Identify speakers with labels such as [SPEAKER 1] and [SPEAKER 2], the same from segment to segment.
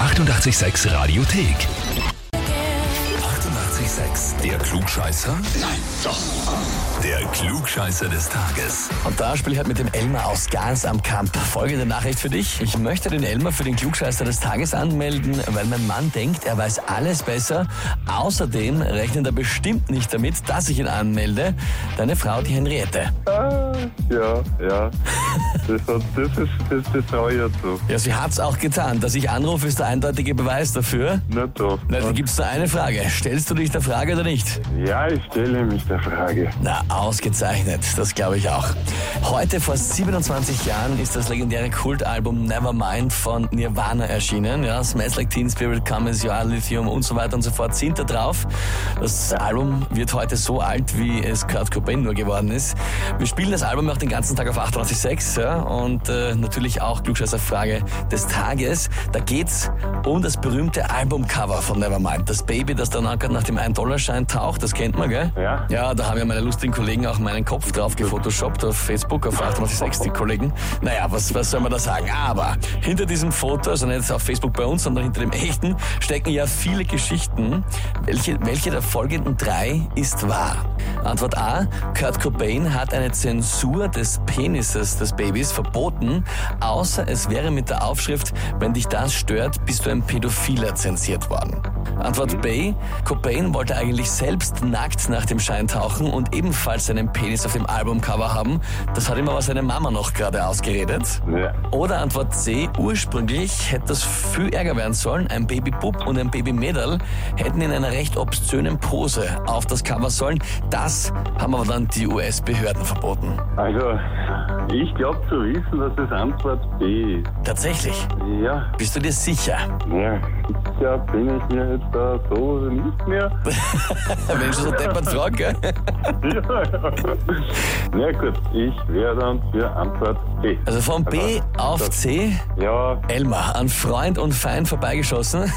[SPEAKER 1] 886 Radiothek. 88,6. Der Klugscheißer? Nein, doch. Der Klugscheißer des Tages.
[SPEAKER 2] Und da spiele ich halt mit dem Elmar aus Gans am Kamp. Folgende Nachricht für dich. Ich möchte den Elmar für den Klugscheißer des Tages anmelden, weil mein Mann denkt, er weiß alles besser. Außerdem rechnet er bestimmt nicht damit, dass ich ihn anmelde. Deine Frau, die Henriette.
[SPEAKER 3] Ah, ja, ja. Das, hat, das ist das, das traue ich ja zu.
[SPEAKER 2] Ja, sie hat's auch getan. Dass ich anrufe, ist der eindeutige Beweis dafür.
[SPEAKER 3] Na doch.
[SPEAKER 2] Na, dann gibt's nur eine Frage. Stellst du dich der Frage oder nicht?
[SPEAKER 3] Ja, ich stelle mich der Frage.
[SPEAKER 2] Na, ausgezeichnet, das glaube ich auch. Heute vor 27 Jahren ist das legendäre Kultalbum Nevermind von Nirvana erschienen. Ja, Smells Like Teen Spirit, Come As You Are, Lithium und so weiter und so fort sind da drauf. Das Album wird heute so alt, wie es Kurt Cobain nur geworden ist. Wir spielen das Album auch den ganzen Tag auf 886 ja, und äh, natürlich auch Glückscheißer Frage des Tages. Da geht's um das berühmte Albumcover von Nevermind. Das Baby, das dann nach dem 1-Dollar-Schein taucht, das kennt man, gell?
[SPEAKER 3] Ja.
[SPEAKER 2] Ja, da haben ja meine lustigen Kollegen auch meinen Kopf drauf gefotoshoppt auf Facebook, auf 886, die Kollegen. Naja, was, was soll man da sagen? Aber hinter diesem Foto, also nicht auf Facebook bei uns, sondern hinter dem echten, stecken ja viele Geschichten. Welche, welche der folgenden drei ist wahr? Antwort A. Kurt Cobain hat eine Zensur des Penises des Babys verboten, außer es wäre mit der Aufschrift, wenn dich das stört, bist du ein Pädophiler zensiert worden. Antwort B. Cobain wollte eigentlich selbst nackt nach dem Schein tauchen und ebenfalls seinen Penis auf dem Albumcover haben. Das hat ihm aber seine Mama noch gerade ausgeredet.
[SPEAKER 3] Ja.
[SPEAKER 2] Oder Antwort C, ursprünglich hätte das viel ärger werden sollen. Ein Babybub und ein Babymädel hätten in einer recht obszönen Pose auf das Cover sollen. Das haben aber dann die US-Behörden verboten.
[SPEAKER 3] Also, ich glaube zu wissen, dass es Antwort B ist.
[SPEAKER 2] Tatsächlich.
[SPEAKER 3] Ja,
[SPEAKER 2] Bist du dir sicher?
[SPEAKER 3] ja. Ja, bin ich mir jetzt da so nicht mehr.
[SPEAKER 2] Wenn ich so deppert frage, gell?
[SPEAKER 3] Ja, ja. Na gut, ich wäre dann für Antwort B.
[SPEAKER 2] Also von B auf C,
[SPEAKER 3] Ja,
[SPEAKER 2] Elmar, an Freund und Feind vorbeigeschossen.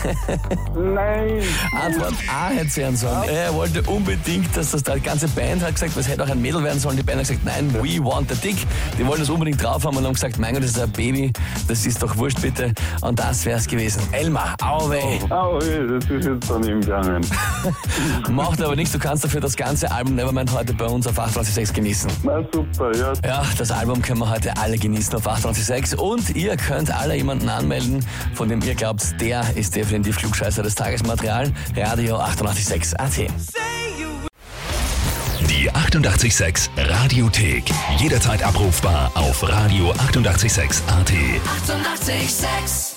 [SPEAKER 3] nein.
[SPEAKER 2] Antwort A hätte es werden sollen. Er wollte unbedingt, dass das die ganze Band hat gesagt, das hätte auch ein Mädel werden sollen. Die Band hat gesagt, nein, we want the dick. Die wollen das unbedingt drauf haben und haben gesagt, mein Gott, das ist ein Baby, das ist doch wurscht bitte. Und das wär's gewesen. Elmar, auweh.
[SPEAKER 3] Oh, das ist jetzt daneben gegangen.
[SPEAKER 2] Macht aber nichts, du kannst dafür das ganze Album Nevermind heute bei uns auf 886 genießen.
[SPEAKER 3] Na super, ja.
[SPEAKER 2] Ja, das Album können wir heute alle genießen auf 886 und ihr könnt alle jemanden anmelden, von dem ihr glaubt, der ist definitiv Flugscheißer des Tagesmaterial. Radio 886 AT.
[SPEAKER 1] Die 88,6 Radiothek. Jederzeit abrufbar auf radio886.at. 88,6.
[SPEAKER 4] Eighty-eight, sex.